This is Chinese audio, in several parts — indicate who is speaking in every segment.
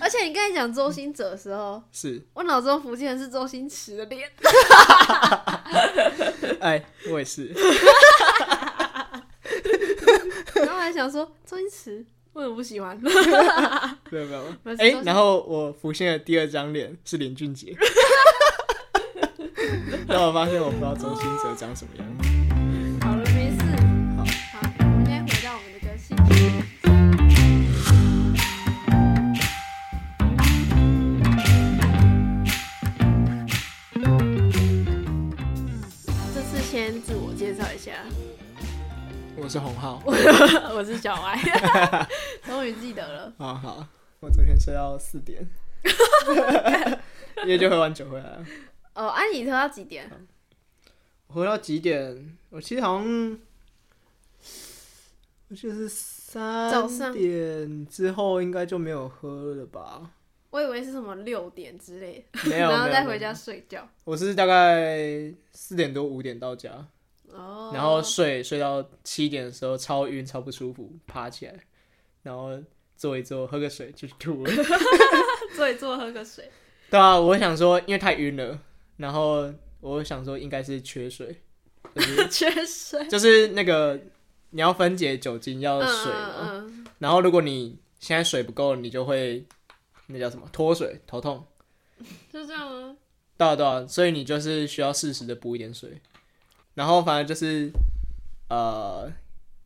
Speaker 1: 而且你刚才讲周星哲的时候，
Speaker 2: 是，
Speaker 1: 我脑中浮现的是周星驰的 脸。
Speaker 2: 哎，我也是，
Speaker 1: 然后我还想说，周星驰为什么不喜欢？
Speaker 2: 没有 没有
Speaker 1: 没，事
Speaker 2: 哎
Speaker 1: 都，是
Speaker 2: 然后我浮现的第二张脸是林俊杰， 然后我发现我不知道周星哲长什么样。
Speaker 1: 好了，没事。
Speaker 2: 好
Speaker 1: 好，我们现在回到我们的歌性。这次先自我介绍一下，
Speaker 2: 我是洪浩，
Speaker 1: 我是小歪， 终于记得了。
Speaker 2: 好好，我昨天睡到四点， 因为就喝完酒回来了。
Speaker 1: 哦，安、妮，你喝到几点？
Speaker 2: 我回到几点？我其实好像，我记得是
Speaker 1: 早
Speaker 2: 三
Speaker 1: 上
Speaker 2: 点之后应该就没有喝了吧？
Speaker 1: 我以为是什么六点之类的，
Speaker 2: 没 有，
Speaker 1: 然后
Speaker 2: 没有
Speaker 1: 再
Speaker 2: 没有
Speaker 1: 回家睡觉。
Speaker 2: 我是大概四点多五点到家，
Speaker 1: 哦，
Speaker 2: 然后睡睡到七点的时候超晕超不舒服，爬起来，然后坐一坐喝个水就去吐了。
Speaker 1: 坐一坐，喝个水。
Speaker 2: 对啊，我想说因为太晕了，然后我想说应该是缺水， 就是
Speaker 1: 嗯缺水。
Speaker 2: 就是那个你要分解酒精要
Speaker 1: 嗯
Speaker 2: 水嘛，
Speaker 1: 嗯嗯，
Speaker 2: 然后如果你现在水不够，你就会那叫什么脱水头痛，
Speaker 1: 就这样吗？
Speaker 2: 对啊对啊，所以你就是需要适时的补一点水，然后反正就是呃，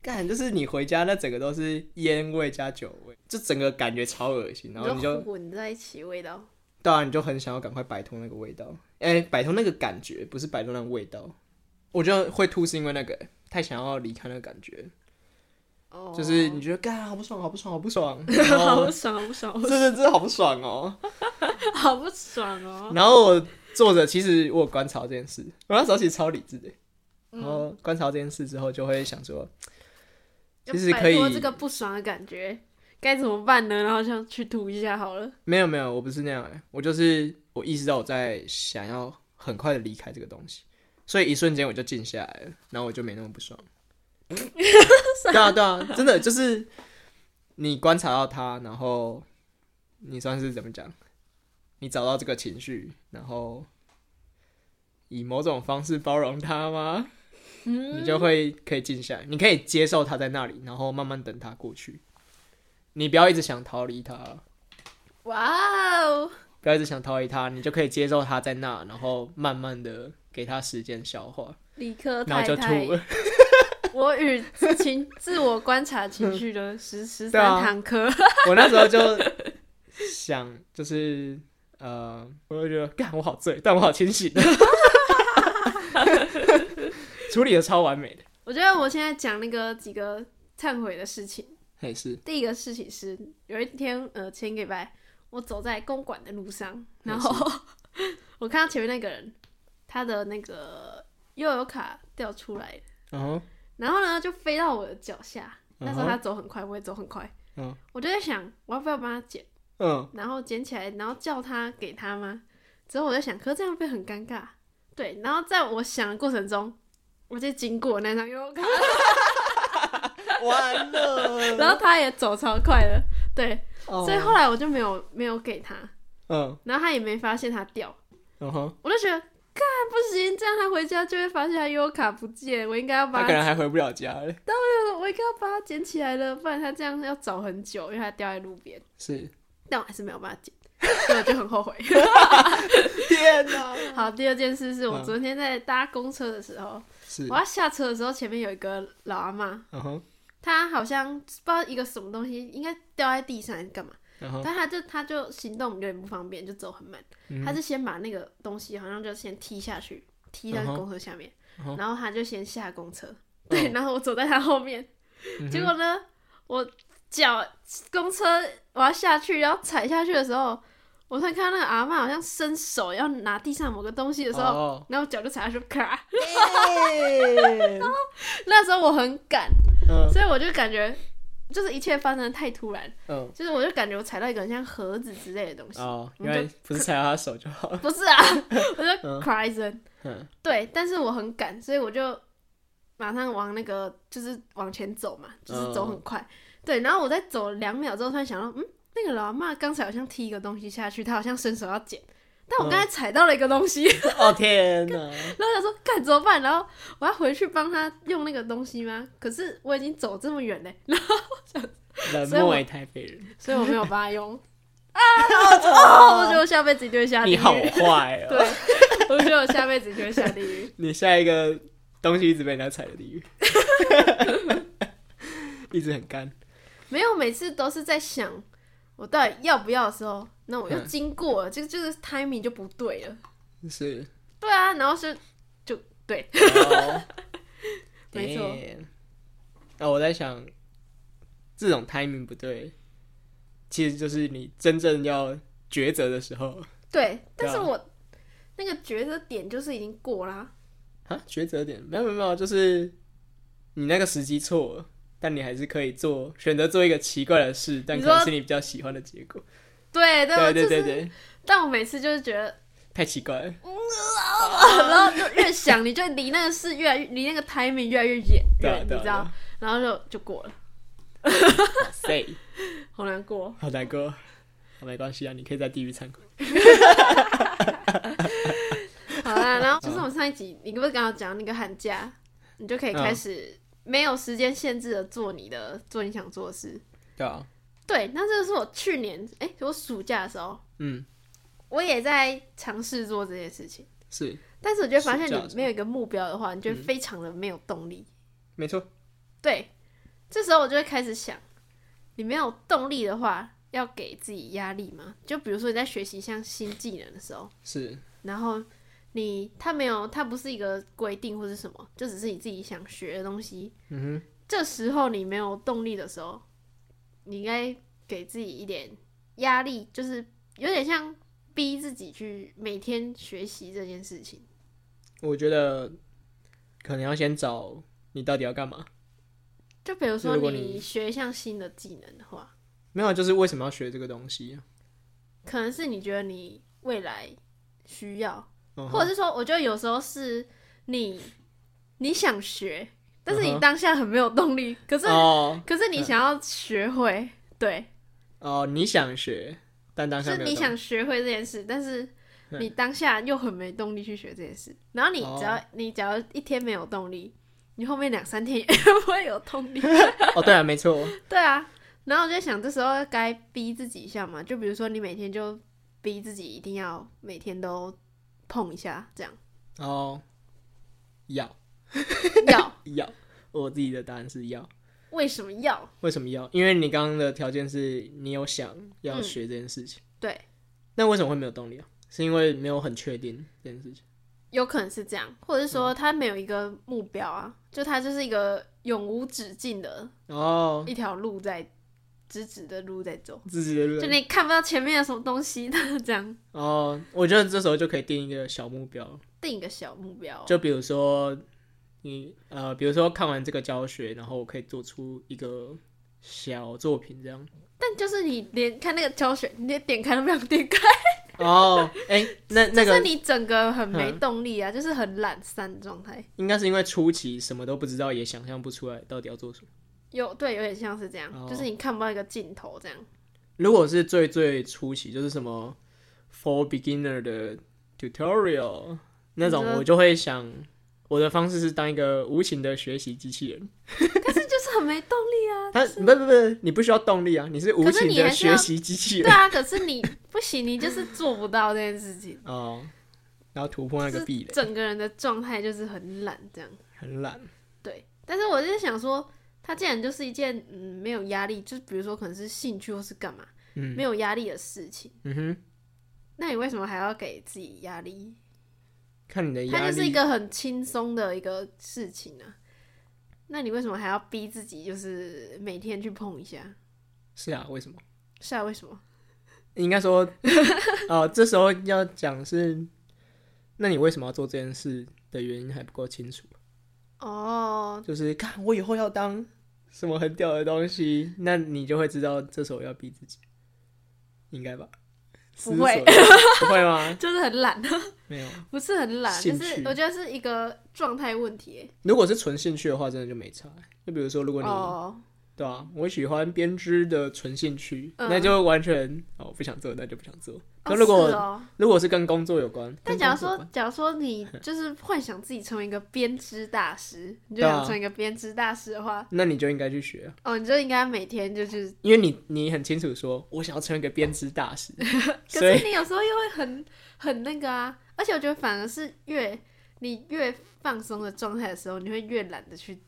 Speaker 2: 干就是你回家那整个都是烟味加酒味，就整个感觉超恶心，然后你就
Speaker 1: 混在一起，味道。
Speaker 2: 当然你就很想要赶快摆脱那个味道，哎、摆脱那个感觉，不是摆脱那个味道，我觉得会吐是因为那个太想要离开那个感觉，
Speaker 1: 哦
Speaker 2: 就是你觉得干好不爽，好不爽，好不爽，然
Speaker 1: 好
Speaker 2: 后
Speaker 1: 不爽，好不爽，
Speaker 2: 真的真的好不爽哦。
Speaker 1: 好不爽哦！
Speaker 2: 然后我坐着，其实我有观察这件事，我那时候其实超理智的。然后观察这件事之后，就会想说， 其实可以
Speaker 1: 要摆脱这个不爽的感觉，该怎么办呢？然后想去吐一下好了。
Speaker 2: 没有没有，我不是那样、欸，我就是我意识到我在想要很快的离开这个东西，所以一瞬间我就静下来了，然后我就没那么不爽。对啊对啊，真的就是你观察到它，然后你算是怎么讲？你找到这个情绪，然后以某种方式包容它吗？你就会可以静下来，你可以接受它在那里，然后慢慢等它过去。你不要一直想逃离它。
Speaker 1: 哇哦，
Speaker 2: 不要一直想逃离它，你就可以接受它在那，然后慢慢的给它时间消化，
Speaker 1: 理科
Speaker 2: 然后
Speaker 1: 太
Speaker 2: 就
Speaker 1: 太
Speaker 2: 吐，了。
Speaker 1: 我与情自我观察情绪的十十
Speaker 2: 对啊
Speaker 1: 三堂课，
Speaker 2: 我那时候就想，就是呃，我就觉得，干，我好醉，但我好清醒， 处理的超完美的，
Speaker 1: 我觉得我现在讲那个几个忏悔的事情。
Speaker 2: 还是
Speaker 1: 第一个事情是，有一天，呃，前个礼拜我走在公馆的路上，然后 我看到前面那个人，他的那个悠游卡掉出来，
Speaker 2: 哦，
Speaker 1: 然后呢就飞到我的脚下。那时候
Speaker 2: 嗯哼
Speaker 1: 他走很快，我也走很快，
Speaker 2: 嗯
Speaker 1: 我就在想，我要不要帮他捡，
Speaker 2: 嗯，
Speaker 1: 然后捡起来，然后叫他给他吗？之后我就想，可是这样会不会很尴尬？对，然后在我想的过程中，我就经过那张悠游卡。
Speaker 2: 完 了，
Speaker 1: 然后他也走超快的，对，
Speaker 2: 哦
Speaker 1: 所以后来我就没有没有给他，
Speaker 2: 嗯，
Speaker 1: 然后他也没发现他掉，
Speaker 2: 然后
Speaker 1: 我就觉得，干不行，这样他回家就会发现他悠游卡不见，我应该要把
Speaker 2: 他
Speaker 1: 它
Speaker 2: 可能还回不了家了，
Speaker 1: 我应该要把它捡起来了，不然他这样要找很久，因为他掉在路边，
Speaker 2: 是，
Speaker 1: 但我还是没有把它 捡，所以我就很后悔。
Speaker 2: 天哪，
Speaker 1: 好，第二件事是我
Speaker 2: 嗯
Speaker 1: 昨天在搭公车的时候，
Speaker 2: 是
Speaker 1: 我，要下车的时候，前面有一个老阿妈，
Speaker 2: 然后
Speaker 1: 她好像不知道一个什么东西，应该掉在地上还是干嘛，
Speaker 2: 然后
Speaker 1: 但她就她就行动有点不方便，就走很慢。
Speaker 2: 嗯
Speaker 1: 他就先把那个东西好像就先踢下去，踢到
Speaker 2: 嗯哼
Speaker 1: 公车下面
Speaker 2: 嗯哼哦
Speaker 1: 然后他就先下公车，对，然后我走在他后面，
Speaker 2: 嗯
Speaker 1: 结果呢，我脚公车我要下去，然后踩下去的时候，我突然看到那个阿嬷好像伸手要拿地上某个东西的时候，
Speaker 2: 哦
Speaker 1: 然后我脚就踩下去，咔！
Speaker 2: 耶
Speaker 1: 那时候我很赶，
Speaker 2: 嗯
Speaker 1: 所以我就感觉就是一切发生的太突然，
Speaker 2: 嗯。
Speaker 1: 就是我就感觉我踩到一个很像盒子之类的东西，
Speaker 2: 哦，
Speaker 1: 我
Speaker 2: 因
Speaker 1: 们
Speaker 2: 为不是踩到他手就 好了。
Speaker 1: 不是啊，我就咔一声。
Speaker 2: 嗯，
Speaker 1: 对，但是我很赶，所以我就马上往那个就是往前走嘛，就是走很快。对，然后我在走两秒之后，突然想到，嗯，那个老阿妈刚才好像踢一个东西下去，她好像伸手要捡，但我刚才踩到了一个东西，
Speaker 2: 哦天哪！
Speaker 1: 然后想说干怎么办？ 然后我要回去帮她用那个东西吗？可是我已经走这么远嘞，然后
Speaker 2: 冷
Speaker 1: 所以我
Speaker 2: 漠为台北人，
Speaker 1: 所以我没有帮她用。 啊！哦，我觉得我下辈子一定会下地
Speaker 2: 你
Speaker 1: 狱。
Speaker 2: 好坏
Speaker 1: 对
Speaker 2: 哦！，
Speaker 1: 我觉得我下辈子一定会下地狱。
Speaker 2: 你下一个东西一直被人家踩的 地狱，一直很干。
Speaker 1: 没有，每次都是在想我到底要不要的时候，那我又
Speaker 2: 嗯
Speaker 1: 经过了，这、就是 timing 就不对了。
Speaker 2: 是，
Speaker 1: 对啊，然后是就对，
Speaker 2: 哦
Speaker 1: 没错
Speaker 2: Damn 那我在想，这种 timing 不对，其实就是你真正要抉择的时候
Speaker 1: 对，但是
Speaker 2: 对啊
Speaker 1: 我、那个抉择点就是已经过啦。
Speaker 2: 啊，抉择点没有没有没有，就是你那个时机错了，但你还是可以做选择做一个奇怪的事，但
Speaker 1: 你
Speaker 2: 可
Speaker 1: 说
Speaker 2: 能是你比较喜欢的结果。
Speaker 1: 对对
Speaker 2: 对对
Speaker 1: 就
Speaker 2: 对
Speaker 1: 是，
Speaker 2: 对，
Speaker 1: 但我每次就是觉得，
Speaker 2: 太奇怪了。
Speaker 1: 然后就越想，你就离那个事越来越，离那个 timing 越来越远，
Speaker 2: 对啊
Speaker 1: 远你
Speaker 2: 对啊
Speaker 1: 知道，然后就就过了，
Speaker 2: 哇塞，
Speaker 1: 好难过。
Speaker 2: 好难过。好没关系啊，你可以在地狱参观。
Speaker 1: 好啦，
Speaker 2: 嗯
Speaker 1: 然后就是我们上一集，你不是刚刚讲那个寒假，你就可以开
Speaker 2: 嗯
Speaker 1: 始没有时间限制的做你的做你想做的事。
Speaker 2: 对啊，
Speaker 1: 对，那这个是我去年哎、我暑假的时候，
Speaker 2: 嗯，
Speaker 1: 我也在尝试做这件事情，
Speaker 2: 是
Speaker 1: 但是我就会发现
Speaker 2: 暑假
Speaker 1: 你
Speaker 2: 的时候嗯
Speaker 1: 没有一个目标的话，你就会非常的没有动力。
Speaker 2: 没错。
Speaker 1: 对，这时候我就会开始想，你没有动力的话，要给自己压力吗？就比如说你在学习一项新技能的时候。
Speaker 2: 是，
Speaker 1: 然后你它没有，它不是一个规定或是什么，就只是你自己想学的东西。
Speaker 2: 嗯
Speaker 1: 这时候你没有动力的时候，你应该给自己一点压力，就是有点像逼自己去每天学习这件事情。
Speaker 2: 哼，我觉得可能要先找你到底要干嘛。
Speaker 1: 就比如说
Speaker 2: 如果
Speaker 1: 你
Speaker 2: 你
Speaker 1: 学一项新的技能的话，
Speaker 2: 没有，啊就是为什么要学这个东西啊？
Speaker 1: 可能是你觉得你未来需要，
Speaker 2: 嗯
Speaker 1: 或
Speaker 2: 哼
Speaker 1: 者是说，我觉得有时候是你你想学，但是
Speaker 2: 嗯
Speaker 1: 你
Speaker 2: 哼
Speaker 1: 当下很没有动力，可是
Speaker 2: 哦
Speaker 1: 可是你想要学会，对，
Speaker 2: 哦，你想学，但当
Speaker 1: 就
Speaker 2: 下
Speaker 1: 是
Speaker 2: 没有
Speaker 1: 你
Speaker 2: 动力
Speaker 1: 想学会这件事，但是你当下又很没动力去学这件事。然后你
Speaker 2: 哦
Speaker 1: 只要、你只要一天没有动力，你后面两三天也 不会有动力。
Speaker 2: 哦，对啊，没错，
Speaker 1: 对啊，然后我就在想，这时候该逼自己一下嘛，就比如说你每天就逼自己一定要每天都碰一下，这样
Speaker 2: 哦，要
Speaker 1: 要
Speaker 2: 要，我自己的答案是要。
Speaker 1: 为什么要？
Speaker 2: 为什么要？因为你刚刚的条件是你有想要学这件事情，
Speaker 1: 对，
Speaker 2: 那为什么会没有动力啊？是因为没有很确定这件事情。
Speaker 1: 有可能是这样，或者是
Speaker 2: 嗯
Speaker 1: 说他没有一个目标啊，就他就是一个永无止境的
Speaker 2: 哦，
Speaker 1: 一条路在直直的路在走，
Speaker 2: 自己的
Speaker 1: 就
Speaker 2: 论
Speaker 1: 你看不到前面有什么东西，但是这样
Speaker 2: 哦，我觉得这时候就可以定一个小目标，
Speaker 1: 定一个小目标，
Speaker 2: 就比如说你呃，比如说看完这个教学，然后我可以做出一个小作品这样。
Speaker 1: 但就是你连看那个教学，你连点开都不想点开，
Speaker 2: 哦，哎、那 那
Speaker 1: 就是
Speaker 2: 个嗯
Speaker 1: 你整个很没动力啊，就是很懒散的状态。
Speaker 2: 应该是因为初期什么都不知道，也想象不出来到底要做什么。
Speaker 1: 有对，有点像是这样，
Speaker 2: 哦
Speaker 1: 就是你看不到一个尽头 这样。
Speaker 2: 如果是最最初期，就是什么 for beginner 的 tutorial 那种
Speaker 1: 你，说
Speaker 2: 我就会想，我的方式是当一个无情的学习机器人。
Speaker 1: 可是就是很没动力啊。
Speaker 2: 他不不不，你不需要动力啊，你是无
Speaker 1: 可是
Speaker 2: 情
Speaker 1: 你
Speaker 2: 的
Speaker 1: 还是要
Speaker 2: 学习机器
Speaker 1: 对
Speaker 2: 人
Speaker 1: 啊，可是你不行，你就是做不到这件事情，
Speaker 2: 哦，然后突破那
Speaker 1: 就
Speaker 2: 个
Speaker 1: 是
Speaker 2: 壁垒，
Speaker 1: 整个人的状态就是很懒这样。
Speaker 2: 很懒。
Speaker 1: 对，但是我就是想说，它既然就是一件嗯没有压力，就是比如说可能是兴趣或是干嘛，
Speaker 2: 嗯
Speaker 1: 没有压力的事情，
Speaker 2: 嗯哼，
Speaker 1: 那你为什么还要给自己压力？
Speaker 2: 看你的
Speaker 1: 它
Speaker 2: 压
Speaker 1: 就是一
Speaker 2: 力，
Speaker 1: 个很轻松的一个事情啊，那你为什么还要逼自己就是每天去碰一下？
Speaker 2: 是啊，为什么？
Speaker 1: 是啊，为什么？
Speaker 2: 应 该说，哦，这时候要讲是，那你为什么要做这件事的原因还不够清楚。
Speaker 1: 哦，
Speaker 2: 就是看我以后要当什么很屌的东西，那你就会知道这时候要逼自己，应该吧？
Speaker 1: 不会
Speaker 2: 思索不会 吗？
Speaker 1: 就是很懒，啊
Speaker 2: 没有。
Speaker 1: 不是很懒，就
Speaker 2: 兴趣
Speaker 1: 是我觉得是一个状态问题欸。
Speaker 2: 如果是纯兴趣的话，真的就没差。就比如说，如果你、
Speaker 1: 哦，
Speaker 2: 对啊，我喜欢编织的纯兴趣，
Speaker 1: 嗯
Speaker 2: 那就完全哦不想做，那就不想做。
Speaker 1: 哦
Speaker 2: 那如果、
Speaker 1: 是哦
Speaker 2: 如果是跟工作有关，
Speaker 1: 但
Speaker 2: 跟
Speaker 1: 假如
Speaker 2: 工作
Speaker 1: 说
Speaker 2: 有关，
Speaker 1: 假如说你就是幻想自己成为一个编织大师，你就
Speaker 2: 对啊
Speaker 1: 想成为一个编织大师的话，
Speaker 2: 那你就应该去学啊，
Speaker 1: 哦，你就应该每天就去。
Speaker 2: 因为你你很清楚说，我想要成为一个编织大师，
Speaker 1: 可
Speaker 2: 所以
Speaker 1: 是你有时候又会很很那个啊，而且我觉得反而是越你越放松的状态的时候，你会越懒得去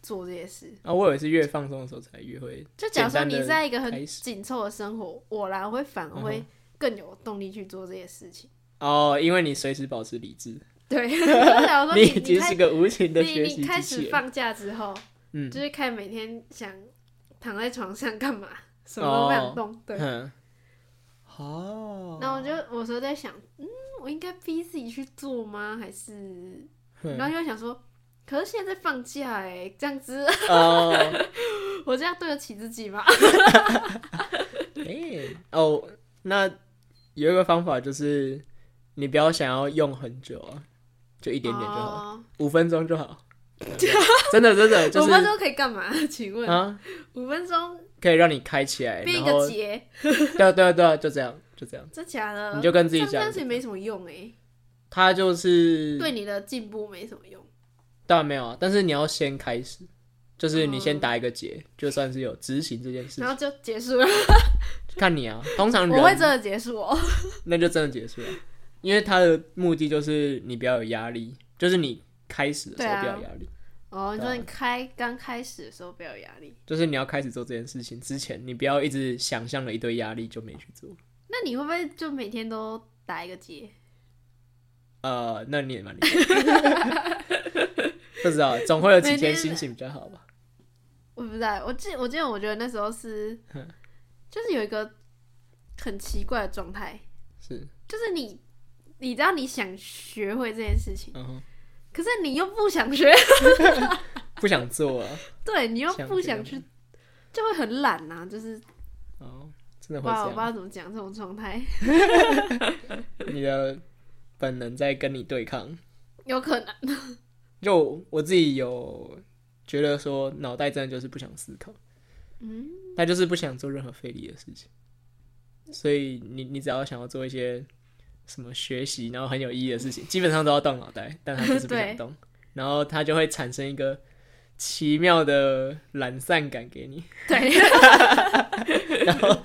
Speaker 1: 做这些事。
Speaker 2: 啊，我也是越放松的时候才越会
Speaker 1: 就假如说你在一个
Speaker 2: 简单地
Speaker 1: 很
Speaker 2: 开始
Speaker 1: 紧凑的生活，我啦，我会反而会更有动力去做这些事情。
Speaker 2: 哦，因为你随时保持理智，
Speaker 1: 对， 就假如说
Speaker 2: 你
Speaker 1: 哦你
Speaker 2: 已经
Speaker 1: 你
Speaker 2: 是
Speaker 1: 开
Speaker 2: 个无情的
Speaker 1: 你
Speaker 2: 学习
Speaker 1: 你开
Speaker 2: 机
Speaker 1: 始
Speaker 2: 器人。
Speaker 1: 放假之后，
Speaker 2: 嗯
Speaker 1: 就是开始每天想躺在床上干嘛，什么都不想动。对，
Speaker 2: 哦哼，哦，
Speaker 1: 然后我就我有时候在想，嗯，我应该逼自己去做吗？还是，
Speaker 2: 哼
Speaker 1: 然后又想说，可是现在在放假哎，这样子
Speaker 2: 哦，
Speaker 1: 我这样对得起自己吗？
Speaker 2: 哎，哦，那有一个方法就是，你不要想要用很久啊，就一
Speaker 1: 一
Speaker 2: 点点就
Speaker 1: 哦
Speaker 2: 好，五分钟 就好。真的真的就
Speaker 1: 五分
Speaker 2: 是
Speaker 1: 钟可以干嘛？ 请问
Speaker 2: 啊，
Speaker 1: 五分钟
Speaker 2: 可以让你开起来，
Speaker 1: 编
Speaker 2: 然
Speaker 1: 一
Speaker 2: 后
Speaker 1: 个结，
Speaker 2: 对啊对啊对啊，就这样就这样，
Speaker 1: 真假的？
Speaker 2: 你就跟自己
Speaker 1: 这样
Speaker 2: 讲
Speaker 1: 但，是也没什么用哎，
Speaker 2: 它就是
Speaker 1: 对你的进步没什么用。
Speaker 2: 当然没有啊，但是你要先开始，就是你先打一个结，就算是有执行这件事
Speaker 1: 哦然
Speaker 2: 情，
Speaker 1: 后就结束了，
Speaker 2: 看你啊。通常人
Speaker 1: 我会真的结束哦。
Speaker 2: 那就真的结束了，因为他的目的就是你不要有压力，就是你开始的时
Speaker 1: 对啊
Speaker 2: 候不要有压力，
Speaker 1: 哦，你
Speaker 2: 对
Speaker 1: 说
Speaker 2: 啊
Speaker 1: 你开刚开始的时候不要有压力，
Speaker 2: 就是你要开始做这件事情之前，你不要一直想象了一堆压力就没去做。
Speaker 1: 那你会不会就每天都打一个结？
Speaker 2: 呃，那你也蛮厉 害的，不知道，总会有几
Speaker 1: 每天
Speaker 2: 天心情比较好吧？
Speaker 1: 我不知道，我记我记得我觉得那时候是，就是有一个很奇怪的状态，
Speaker 2: 是，
Speaker 1: 就是你你知道你想学会这件事情，
Speaker 2: 嗯哼，
Speaker 1: 可是你又不想学，
Speaker 2: 不想做啊，
Speaker 1: 对你又不想
Speaker 2: 想
Speaker 1: 去，就会很懒呐、就是
Speaker 2: 哦，真的
Speaker 1: 不
Speaker 2: 会
Speaker 1: 知道我不知道
Speaker 2: 这样，
Speaker 1: 怎么讲这种状态，
Speaker 2: 你的本能在跟你对抗。
Speaker 1: 有可能
Speaker 2: 就我自己有觉得说，脑袋真的就是不想思考， 嗯，他就是不想做任何费力的事情，所以你你只要想要做一些什么学习，然后很有意义的事情，基本上都要动脑袋，但他就是不
Speaker 1: 对
Speaker 2: 想动，然后他就会产生一个奇妙的懒散感给你，
Speaker 1: 对。
Speaker 2: 然后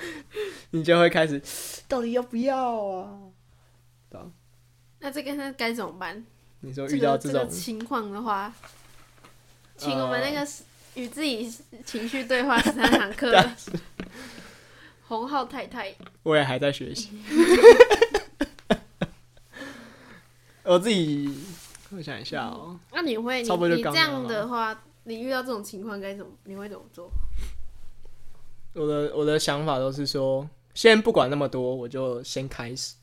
Speaker 2: 你就会开始到底要不要啊？对啊
Speaker 1: 那这个那该怎么办？
Speaker 2: 你说
Speaker 1: 这
Speaker 2: 遇到
Speaker 1: 个
Speaker 2: 这
Speaker 1: 这
Speaker 2: 种呃
Speaker 1: 个情况的话，请我们那个与自己情绪对话十三堂 课的洪浩太太，
Speaker 2: 我也还在学习。我自己，我想一下哦、
Speaker 1: 那你会你
Speaker 2: 差不多就
Speaker 1: 你
Speaker 2: 刚
Speaker 1: 这
Speaker 2: 刚啊
Speaker 1: 样的话，你遇到这种情况该怎么？你会怎么做？
Speaker 2: 我的我的想法都是说，先不管那么多，我就先开始，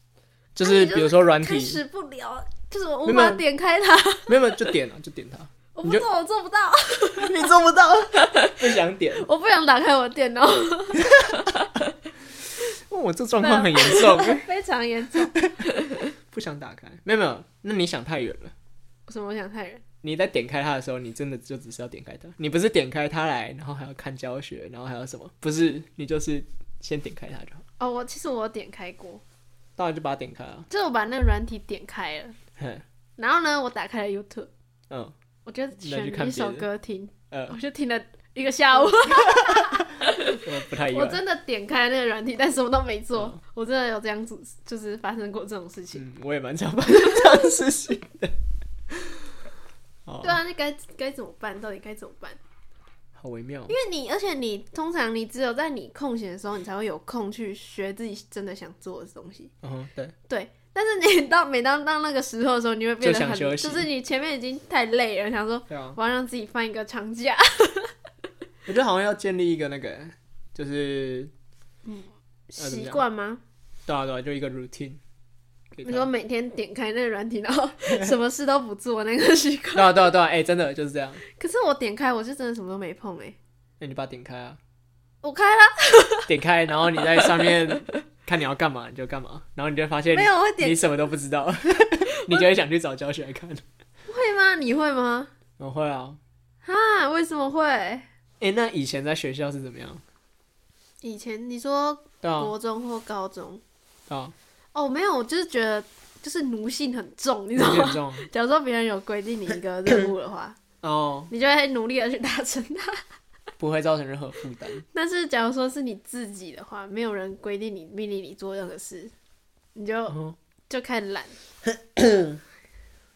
Speaker 2: 就是
Speaker 1: 啊你就
Speaker 2: 比如说软
Speaker 1: 开
Speaker 2: 体，
Speaker 1: 始不聊，就是我无
Speaker 2: 没有
Speaker 1: 法点开它，
Speaker 2: 没有没有就点啊 了，就点它，
Speaker 1: 我不
Speaker 2: 你就
Speaker 1: 做，我做不 到，
Speaker 2: 你做不到，不想点，
Speaker 1: 我不想打开我的电 脑，
Speaker 2: 问我这状况很严重，
Speaker 1: 非常严重。
Speaker 2: 不想打开，没有没有，那你想太远了。
Speaker 1: 什么想太人？
Speaker 2: 你在点开它的时候，你真的就只是要点开它，你不是点开它来，然后还要看教学，然后还要什么？不是，你就是先点开它就好，
Speaker 1: 哦，我其实我有点开过，
Speaker 2: 当然就把它点开啊。
Speaker 1: 就是我把那个软体点开了，
Speaker 2: 哼
Speaker 1: 然后呢，我打开了 YouTube。
Speaker 2: 嗯，
Speaker 1: 我就
Speaker 2: 那
Speaker 1: 选
Speaker 2: 就
Speaker 1: 了
Speaker 2: 看
Speaker 1: 一
Speaker 2: 别
Speaker 1: 首
Speaker 2: 的
Speaker 1: 歌听，
Speaker 2: 呃
Speaker 1: 我，就听了一个下午。
Speaker 2: 我 不太意
Speaker 1: 我
Speaker 2: 外。
Speaker 1: 真的点开那个软体，但什么都没做。我真的有这样子，就是发生过这种事情。
Speaker 2: 嗯，我也蛮常发生这样的事情的。哦
Speaker 1: 对，啊，那该该怎么办？到底该怎么办？
Speaker 2: 好微妙
Speaker 1: 因。为你，而且你通常你只有在你空闲的时候，你才会有空去学自己真的想做的东西。
Speaker 2: 嗯哼，对，
Speaker 1: 对，但是你到每当到那个时候的时候，你会变得
Speaker 2: 就想
Speaker 1: 很，
Speaker 2: 休息
Speaker 1: 就是你前面已经太累了，想说
Speaker 2: 对啊，
Speaker 1: 我要让自己放一个长假。
Speaker 2: 我觉得好像要建立一个那个，就是怎么
Speaker 1: 习
Speaker 2: 讲
Speaker 1: 惯吗？
Speaker 2: 对啊对啊，就一个 routine
Speaker 1: 你
Speaker 2: 给他。
Speaker 1: 说每天点开那个软体，然后 什么事都不做，那个习惯。
Speaker 2: 对啊对啊对啊，哎、真的就是这样。
Speaker 1: 可是我点开，我是真的什么都没碰哎、
Speaker 2: 那你把它点开啊，
Speaker 1: 我开了，
Speaker 2: 点开，然后你在上 面看你要干嘛你就干嘛，然后你就发现
Speaker 1: 没有，我会
Speaker 2: 你
Speaker 1: 点
Speaker 2: 什么都不知 道，你就会想去找教学来看。
Speaker 1: 会吗？你会吗？
Speaker 2: 我会啊，
Speaker 1: 啊，为什么会？
Speaker 2: 哎、那以前在学校是怎么样？
Speaker 1: 以前你说
Speaker 2: 对啊，
Speaker 1: 国中或高中，
Speaker 2: 对啊，
Speaker 1: 哦，没有，我就是觉得就是奴性很重，你知道
Speaker 2: 很
Speaker 1: 吗？
Speaker 2: 严重
Speaker 1: 假如说别人有规定你一个任务的 话，
Speaker 2: 哦，
Speaker 1: 你就会努力的去达成它。
Speaker 2: 不会造成任何负担。
Speaker 1: 但是假如说是你自己的话，没有人规定你命令你做任何事，你就
Speaker 2: 哦
Speaker 1: 就开始懒，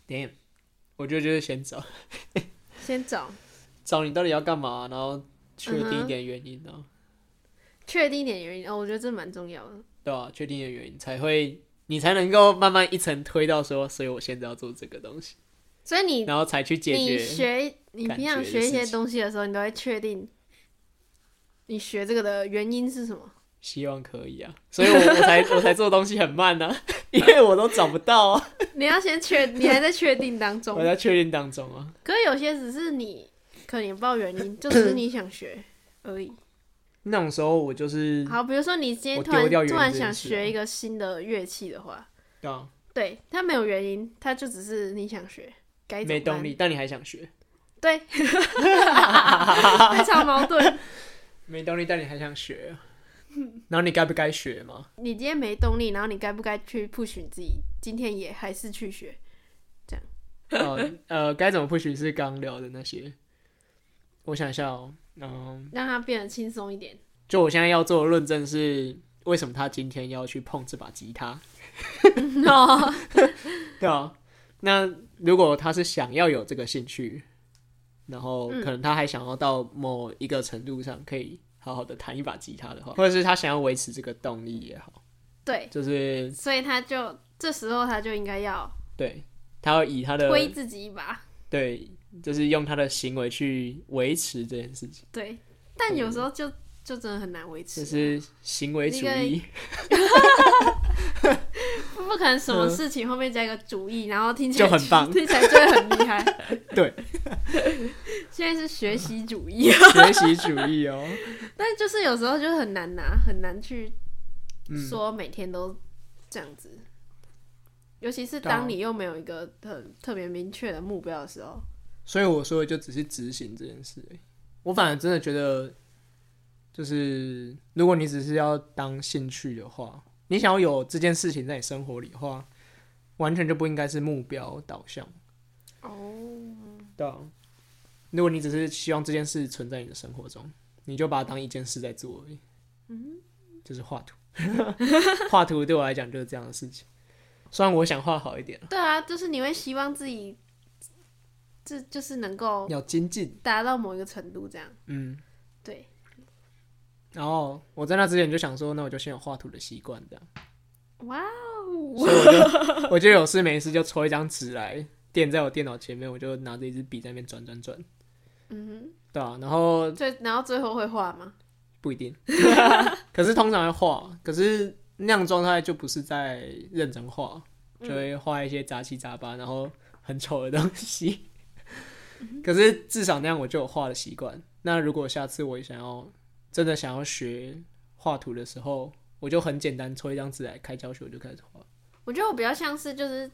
Speaker 2: Damn，我觉得就是先找
Speaker 1: 先找
Speaker 2: 找你到底要干嘛，然后确定
Speaker 1: 嗯
Speaker 2: 一
Speaker 1: 哼
Speaker 2: 点原因啊呢、
Speaker 1: 确定一点原因哦，我觉得这蛮重要的。
Speaker 2: 对吧、确定一点原因才会，你才能够慢慢一层推到说，所以我现在要做这个东西，
Speaker 1: 所以你
Speaker 2: 然后才去解
Speaker 1: 你
Speaker 2: 决。
Speaker 1: 学你
Speaker 2: 感
Speaker 1: 平
Speaker 2: 觉
Speaker 1: 常
Speaker 2: 的
Speaker 1: 学一
Speaker 2: 事
Speaker 1: 些
Speaker 2: 情
Speaker 1: 东西的时候，你都会确定你学这个的原因是 什么。
Speaker 2: 希望可以啊，所以我我才我才做东西很慢呢、啊，因为我都找不到啊，
Speaker 1: 你要先确，你还在确定当中
Speaker 2: 我。在确定当中啊。
Speaker 1: 可是有些只是你可能也不知道原因，就只是你想学而已。
Speaker 2: 那种时候我就是
Speaker 1: 好，比如说你今天
Speaker 2: 嗯我
Speaker 1: 突
Speaker 2: 丢
Speaker 1: 然
Speaker 2: 掉原因
Speaker 1: 突然
Speaker 2: 这件
Speaker 1: 想
Speaker 2: 事啊
Speaker 1: 学一个新的乐器的话，
Speaker 2: 对啊，
Speaker 1: 对，它没有原因，它就只是你想学，该怎
Speaker 2: 没
Speaker 1: 么办
Speaker 2: 动力，，但你还想学，
Speaker 1: 对， 非常矛盾。
Speaker 2: 没动力，但你还 想学，然后你该不该学嘛？
Speaker 1: 你今天没动力，然后你该不该去 push 你自己？今天也还是去学？
Speaker 2: 哦呃，该怎么不许是刚聊的那些？我想一下哦，嗯，
Speaker 1: 让它变得轻松一 点。
Speaker 2: 就我现在要做的论证是，为什么他今天要去碰这把吉他？
Speaker 1: 哦，
Speaker 2: 对啊，那如果他是想要有这个兴趣，然后可能他还想要到某一个程度上可以好好的弹一把吉他的话，或者是他想要维持这个动力也好，
Speaker 1: 对，
Speaker 2: 就是
Speaker 1: 所以他就这时候他就应该要
Speaker 2: 对他要以他的
Speaker 1: 推自己一把。
Speaker 2: 对，就是用他的行为去维持这件事情，
Speaker 1: 对，但有时候就就真的很难维
Speaker 2: 就
Speaker 1: 持，啊
Speaker 2: 是行为主
Speaker 1: 那个
Speaker 2: 义。
Speaker 1: 不可能什么事情后面加一个主意，然后听起
Speaker 2: 嗯就
Speaker 1: 来
Speaker 2: 很 棒
Speaker 1: 听起来就会很厉害。
Speaker 2: 对，
Speaker 1: 现在是学习主义，
Speaker 2: 学习主义哦。
Speaker 1: 但就是有时候就很难拿，很难去
Speaker 2: 嗯
Speaker 1: 说每天都这样子。尤其是
Speaker 2: 对啊
Speaker 1: 当你又没有一个很特别明确的目标的时候，
Speaker 2: 所以我说的就只是执行这件事而已。我反而真的觉得，就是如果你只是要当兴趣的话，你想要有这件事情在你生活里的话，完全就不应该是目标导向。
Speaker 1: 哦，
Speaker 2: 对啊、如果你只是希望这件事存在你的生活中，你就把它当一件事在做而已。嗯，就是画图， 画图对我来讲就是这样的事情。虽然我想画好一点，
Speaker 1: 对啊，就是你会希望自己，这就是能够
Speaker 2: 要精进，
Speaker 1: 达到某一个程度，这样
Speaker 2: 嗯，
Speaker 1: 对，
Speaker 2: 然后我在那之前就想说，那我就先有画图的习惯，这样，
Speaker 1: 哇哦，
Speaker 2: 所以我就 我就有事没事就抽一张纸来垫在我电脑前面，我就拿着一支笔在那边转转转，
Speaker 1: 嗯
Speaker 2: 对啊，然后
Speaker 1: 哼，最然后最后会画吗？
Speaker 2: 不一定，可是通常会画，可是那样状态就不是在认真画，就会画一些杂七杂八，然后很丑的东西。可是至少那样我就有画的习惯。那如果下次我想要真的想要学画图的时候，我就很简单抽一张纸来开教学，我就开始画。
Speaker 1: 我觉得我比较像是就是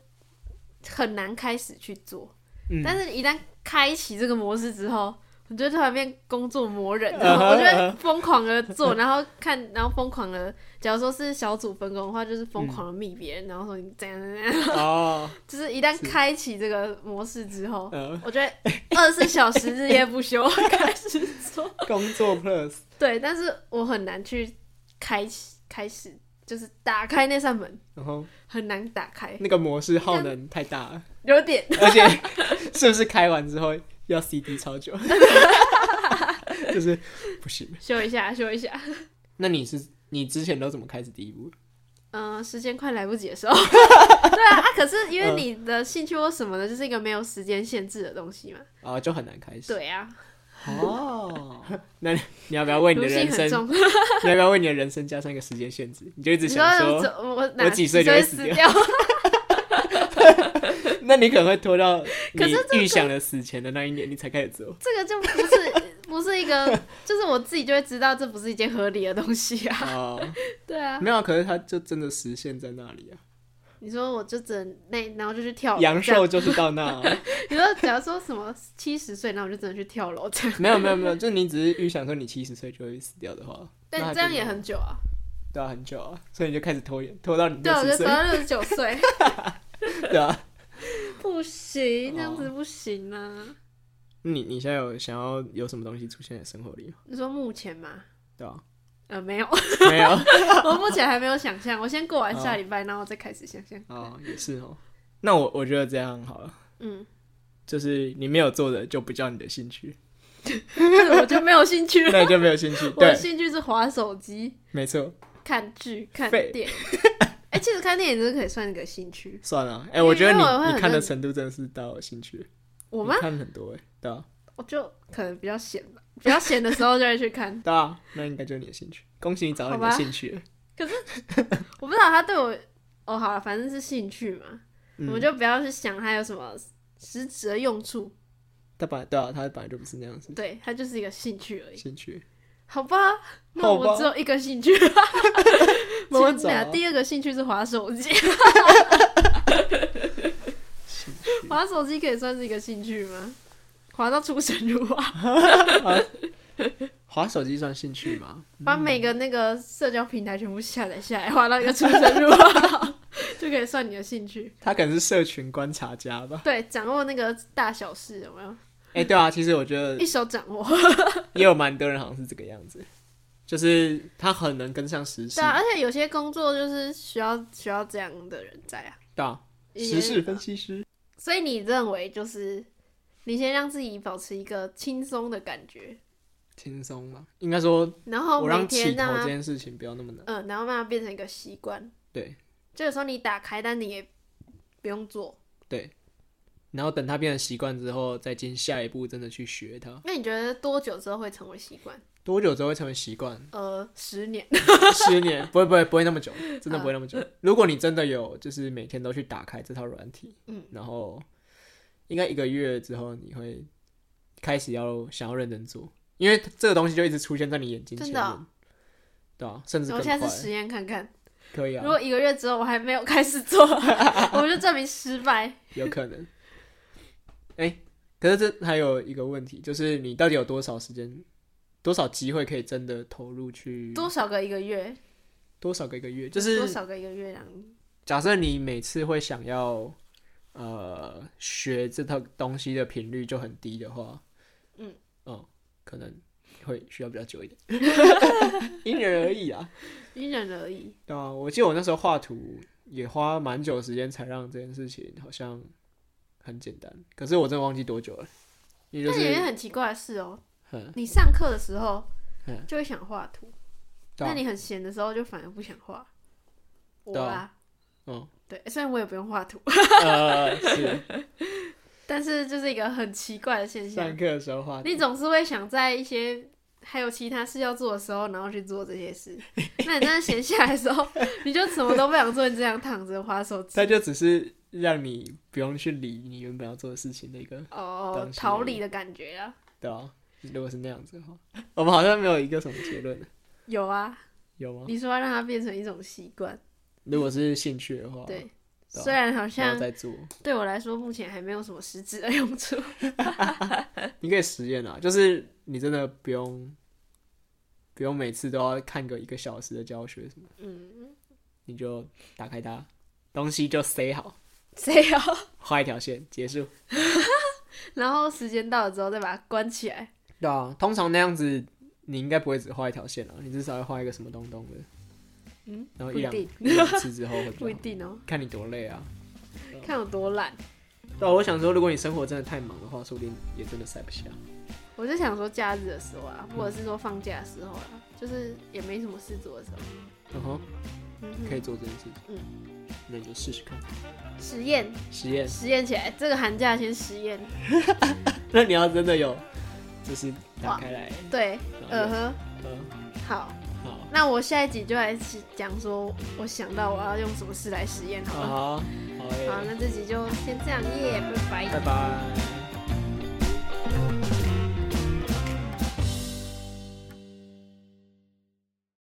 Speaker 1: 很难开始去做，
Speaker 2: 嗯
Speaker 1: 但是一旦开启这个模式之后，我觉得突然变工作魔人，
Speaker 2: 嗯哼
Speaker 1: 然后我就会疯狂的做，然后看，然后疯狂的，假如说是小组分工的话，就是疯狂的密别人，然后说你怎样怎样，怎样
Speaker 2: 哦，
Speaker 1: 就是一旦开启这个模式之后，
Speaker 2: 呃，
Speaker 1: 我觉得二十四小时日夜不休开始做，
Speaker 2: 工作 plus
Speaker 1: 对，但是我很难去开启开始，就是打开那扇门，
Speaker 2: 然后
Speaker 1: 很难打开，
Speaker 2: 那个模式耗能太大 了，
Speaker 1: 有点。
Speaker 2: 而且是不是开完之后要 CD 超久？ 就是不行。
Speaker 1: 修一下，修一下。
Speaker 2: 那你是你之前都怎么开始第一步？
Speaker 1: 嗯、时间快来不及的时 候，对啊啊，可是
Speaker 2: 嗯
Speaker 1: 因为你的兴趣或什么的，就是一个没有时间限制的东西嘛。
Speaker 2: 啊，就很难开始。
Speaker 1: 对啊，
Speaker 2: 哦，那你你要不要为你
Speaker 1: 奴
Speaker 2: 的
Speaker 1: 性
Speaker 2: 人生
Speaker 1: 很，重。
Speaker 2: 你要不要为你的人生加上一个时间限制？你就一直
Speaker 1: 你
Speaker 2: 想
Speaker 1: 我
Speaker 2: 说，
Speaker 1: 怎我哪
Speaker 2: 我几岁就会
Speaker 1: 会
Speaker 2: 死掉
Speaker 1: 掉？
Speaker 2: 那你可能会拖到你
Speaker 1: 可是
Speaker 2: 预想的死前的那一年，你才开始做。
Speaker 1: 这个就不是不是一个，就是我自己就会知道这不是一 件合理的东西啊。
Speaker 2: 哦，
Speaker 1: 对啊，
Speaker 2: 没有，可是它就真的实现在那里啊。
Speaker 1: 你说我就只能那，然后就去跳楼。
Speaker 2: 阳
Speaker 1: 哦这样
Speaker 2: 寿就是到那，啊
Speaker 1: 你说假如说什么七十岁，那我就只能去跳楼这样。
Speaker 2: 没有没有没有，就你只是预想说你七十岁就会死掉的话，那
Speaker 1: 但
Speaker 2: 还
Speaker 1: 这样
Speaker 2: 不
Speaker 1: 也
Speaker 2: 如
Speaker 1: 很久啊，
Speaker 2: 对啊，很久啊， 所以你就开始拖延，拖到你
Speaker 1: 对
Speaker 2: 六
Speaker 1: 啊，我就活
Speaker 2: 十岁，
Speaker 1: 到六十九 岁，
Speaker 2: 对啊。
Speaker 1: 不行，这样
Speaker 2: 哦
Speaker 1: 子不行啊。
Speaker 2: 你你现在有想要有什么东西出现在生活里吗？
Speaker 1: 你说目前嘛，
Speaker 2: 对啊，
Speaker 1: 呃，没有，
Speaker 2: 没有
Speaker 1: 我目前还没有想象，我先过完下礼拜，然后再开始想象。
Speaker 2: 哦，也是哦。那我我觉得这样好了，
Speaker 1: 嗯，
Speaker 2: 就是你没有做的就不叫你的兴趣，
Speaker 1: 我就没有兴趣了。
Speaker 2: 那你就没有兴趣。
Speaker 1: 我的
Speaker 2: 对，
Speaker 1: 兴趣是划手机、
Speaker 2: 没错，
Speaker 1: 看剧、看
Speaker 2: 废
Speaker 1: 电影。哎、其实看电影真的可以算一个兴趣。
Speaker 2: 算了。哎、
Speaker 1: 因为
Speaker 2: 我觉得
Speaker 1: 因为我会
Speaker 2: 你
Speaker 1: 很
Speaker 2: 你看的
Speaker 1: 认
Speaker 2: 程度真的是到兴趣，
Speaker 1: 我
Speaker 2: 你
Speaker 1: 吗？
Speaker 2: 看很多哎、对啊，
Speaker 1: 我就可能比较闲吧，比较闲的时候就会去看。
Speaker 2: 对啊，那应该就是你的兴趣。恭喜你找到你
Speaker 1: 好
Speaker 2: 的
Speaker 1: 吧
Speaker 2: 兴趣了。
Speaker 1: 我不知道他对我，哦，好了，反正是兴趣嘛，我们
Speaker 2: 嗯，
Speaker 1: 就不要去想它有什么实质的用处。
Speaker 2: 他本来对啊，他本来就不是那样子
Speaker 1: 对，它就是一个兴趣而已，
Speaker 2: 兴趣。
Speaker 1: 好吧？那
Speaker 2: 好吧
Speaker 1: 我只有一个兴趣，
Speaker 2: 慢慢
Speaker 1: 天哪
Speaker 2: 找
Speaker 1: 第二个兴趣是划手机，
Speaker 2: 兴
Speaker 1: 划手机可以算是一个兴趣吗？划到出神入化，
Speaker 2: 划手机算兴趣吗？
Speaker 1: 把每个那个社交平台全部下载下来，划到一个出神入化， 就可以算你的兴趣。
Speaker 2: 他可能是社群观察家吧。
Speaker 1: 对，掌握那个大小事有没有？
Speaker 2: 哎、对啊，其实我觉得
Speaker 1: 一手掌握。
Speaker 2: 也有蛮多人好像是这个样子，就是他很能跟上时事
Speaker 1: 对，啊，而且有些工作就是需要需要这样的人在啊。
Speaker 2: 对啊，
Speaker 1: 也
Speaker 2: 时事分析师，
Speaker 1: 所以你认为就是你先让自己保持一个轻松的感觉，
Speaker 2: 轻松嘛，应该说
Speaker 1: 然后
Speaker 2: 我
Speaker 1: 哦每
Speaker 2: 让起
Speaker 1: 天啊
Speaker 2: 头
Speaker 1: 让
Speaker 2: 这
Speaker 1: 它，
Speaker 2: 件事情不要那么难，
Speaker 1: 嗯，然后让它变成一个习惯。
Speaker 2: 对
Speaker 1: 就有时候你打开，但你也不用做。
Speaker 2: 对，然后等他变成习惯之后，再进下一步真的去学它，
Speaker 1: 那你觉得多久之后会成为习惯？
Speaker 2: 多久之后会成为习惯？
Speaker 1: 呃，十年。
Speaker 2: 十年？不会不会不会那 么久，真的不会那么久。如果你真的有就是每天都去打开这套软体，
Speaker 1: 嗯，
Speaker 2: 然后应该一个月之后你会开始要想要认真做，因为这个东西就一直出现在你眼睛前
Speaker 1: 真
Speaker 2: 面，
Speaker 1: 的哦
Speaker 2: 对啊，甚至
Speaker 1: 我
Speaker 2: 更
Speaker 1: 下
Speaker 2: 快
Speaker 1: 次，实验看看，
Speaker 2: 可以
Speaker 1: 如
Speaker 2: 啊，
Speaker 1: 果一个月之后我还没有开始做， 我就证明失败。
Speaker 2: 有可能。哎、可是这还有一个问题，就是你到底有多少时间、多少机会可以真的投入去
Speaker 1: 多少个一个月？
Speaker 2: 多少个一个月？就是
Speaker 1: 多少个一个月啊？
Speaker 2: 假设你每次会想要呃学这套东西的频率就很低的话，
Speaker 1: 嗯
Speaker 2: 哦，可能会需要比较久一点， 因人而异啊。
Speaker 1: 因人而异。
Speaker 2: 对啊，我记得我那时候画图也花蛮久时间才让这件事情好像很简单，可是我真的忘记多久了，也就
Speaker 1: 但有一件
Speaker 2: 是
Speaker 1: 很奇怪的事哦、
Speaker 2: 嗯
Speaker 1: 你上课的时候
Speaker 2: 嗯
Speaker 1: 就会想画图，
Speaker 2: 对
Speaker 1: 那
Speaker 2: 啊
Speaker 1: 你很闲的时候就反而不想画。我
Speaker 2: 对啊
Speaker 1: 啦，
Speaker 2: 嗯
Speaker 1: 对，虽然我也不用画图，
Speaker 2: 呃是
Speaker 1: 但是就是一个很奇怪的现
Speaker 2: 上
Speaker 1: 象。
Speaker 2: 课的时候画图
Speaker 1: 你总是会想在一些还有其他事要做的时候，然后去做这些 事。那你真的闲下来的时候， 你就什么都不想做，你只想躺着划手机
Speaker 2: 它。就只是让你不用去理你原本要做的事情的一个
Speaker 1: 哦
Speaker 2: 东，西
Speaker 1: 逃离的感觉啊，
Speaker 2: 对啊，如果是那样子的话， 我们好像没有一个什么结论，
Speaker 1: 有啊。
Speaker 2: 有吗？
Speaker 1: 你说要让它变成一种习惯，
Speaker 2: 如果是兴趣的话，
Speaker 1: 哦对。
Speaker 2: 对啊
Speaker 1: 虽然好
Speaker 2: 然后
Speaker 1: 像
Speaker 2: 再做，
Speaker 1: 对我来说目前还没有什么实质的用处，
Speaker 2: 你可以实验啊，就是你真的不用不用每次都要看个一个小时的教学什么的，
Speaker 1: 嗯，
Speaker 2: 你就打开它，东西就塞好，
Speaker 1: 谁要？
Speaker 2: 画一条线结束。
Speaker 1: 哦然后时间到了之后再把它关起来。
Speaker 2: 对啊，通常那样子你应该不会只画一条线啊，你至少会画一个什么东东的，
Speaker 1: 嗯，
Speaker 2: 然后
Speaker 1: 不一
Speaker 2: 一两
Speaker 1: 定，
Speaker 2: 一两次之后会比 较
Speaker 1: 不一
Speaker 2: 好
Speaker 1: 定哦，
Speaker 2: 看你多累啊。
Speaker 1: 看有多懒。
Speaker 2: 对啊，我想说，如果你生活真的太忙的话，说不定也真的塞不下。
Speaker 1: 我是想说假日的时候啊，或者是说放假的时候啊，就是也没什么事做的时候，
Speaker 2: 嗯哼。
Speaker 1: 嗯哼
Speaker 2: 可以做这件事情。
Speaker 1: 嗯，
Speaker 2: 那你就试试看，
Speaker 1: 实验
Speaker 2: 实验。
Speaker 1: 实验起来，这个寒假先实验。
Speaker 2: 那你要真的有，就是打开来，
Speaker 1: 对，呃
Speaker 2: 然后
Speaker 1: 呵，
Speaker 2: 就嗯，
Speaker 1: 好，
Speaker 2: 好，
Speaker 1: 那我下一集就来讲说，我想到我要用
Speaker 2: 哦
Speaker 1: 什么事来实验好了。
Speaker 2: 好，好，
Speaker 1: 好，
Speaker 2: 诶
Speaker 1: 那这集就先这样，耶，拜拜
Speaker 2: 拜。拜。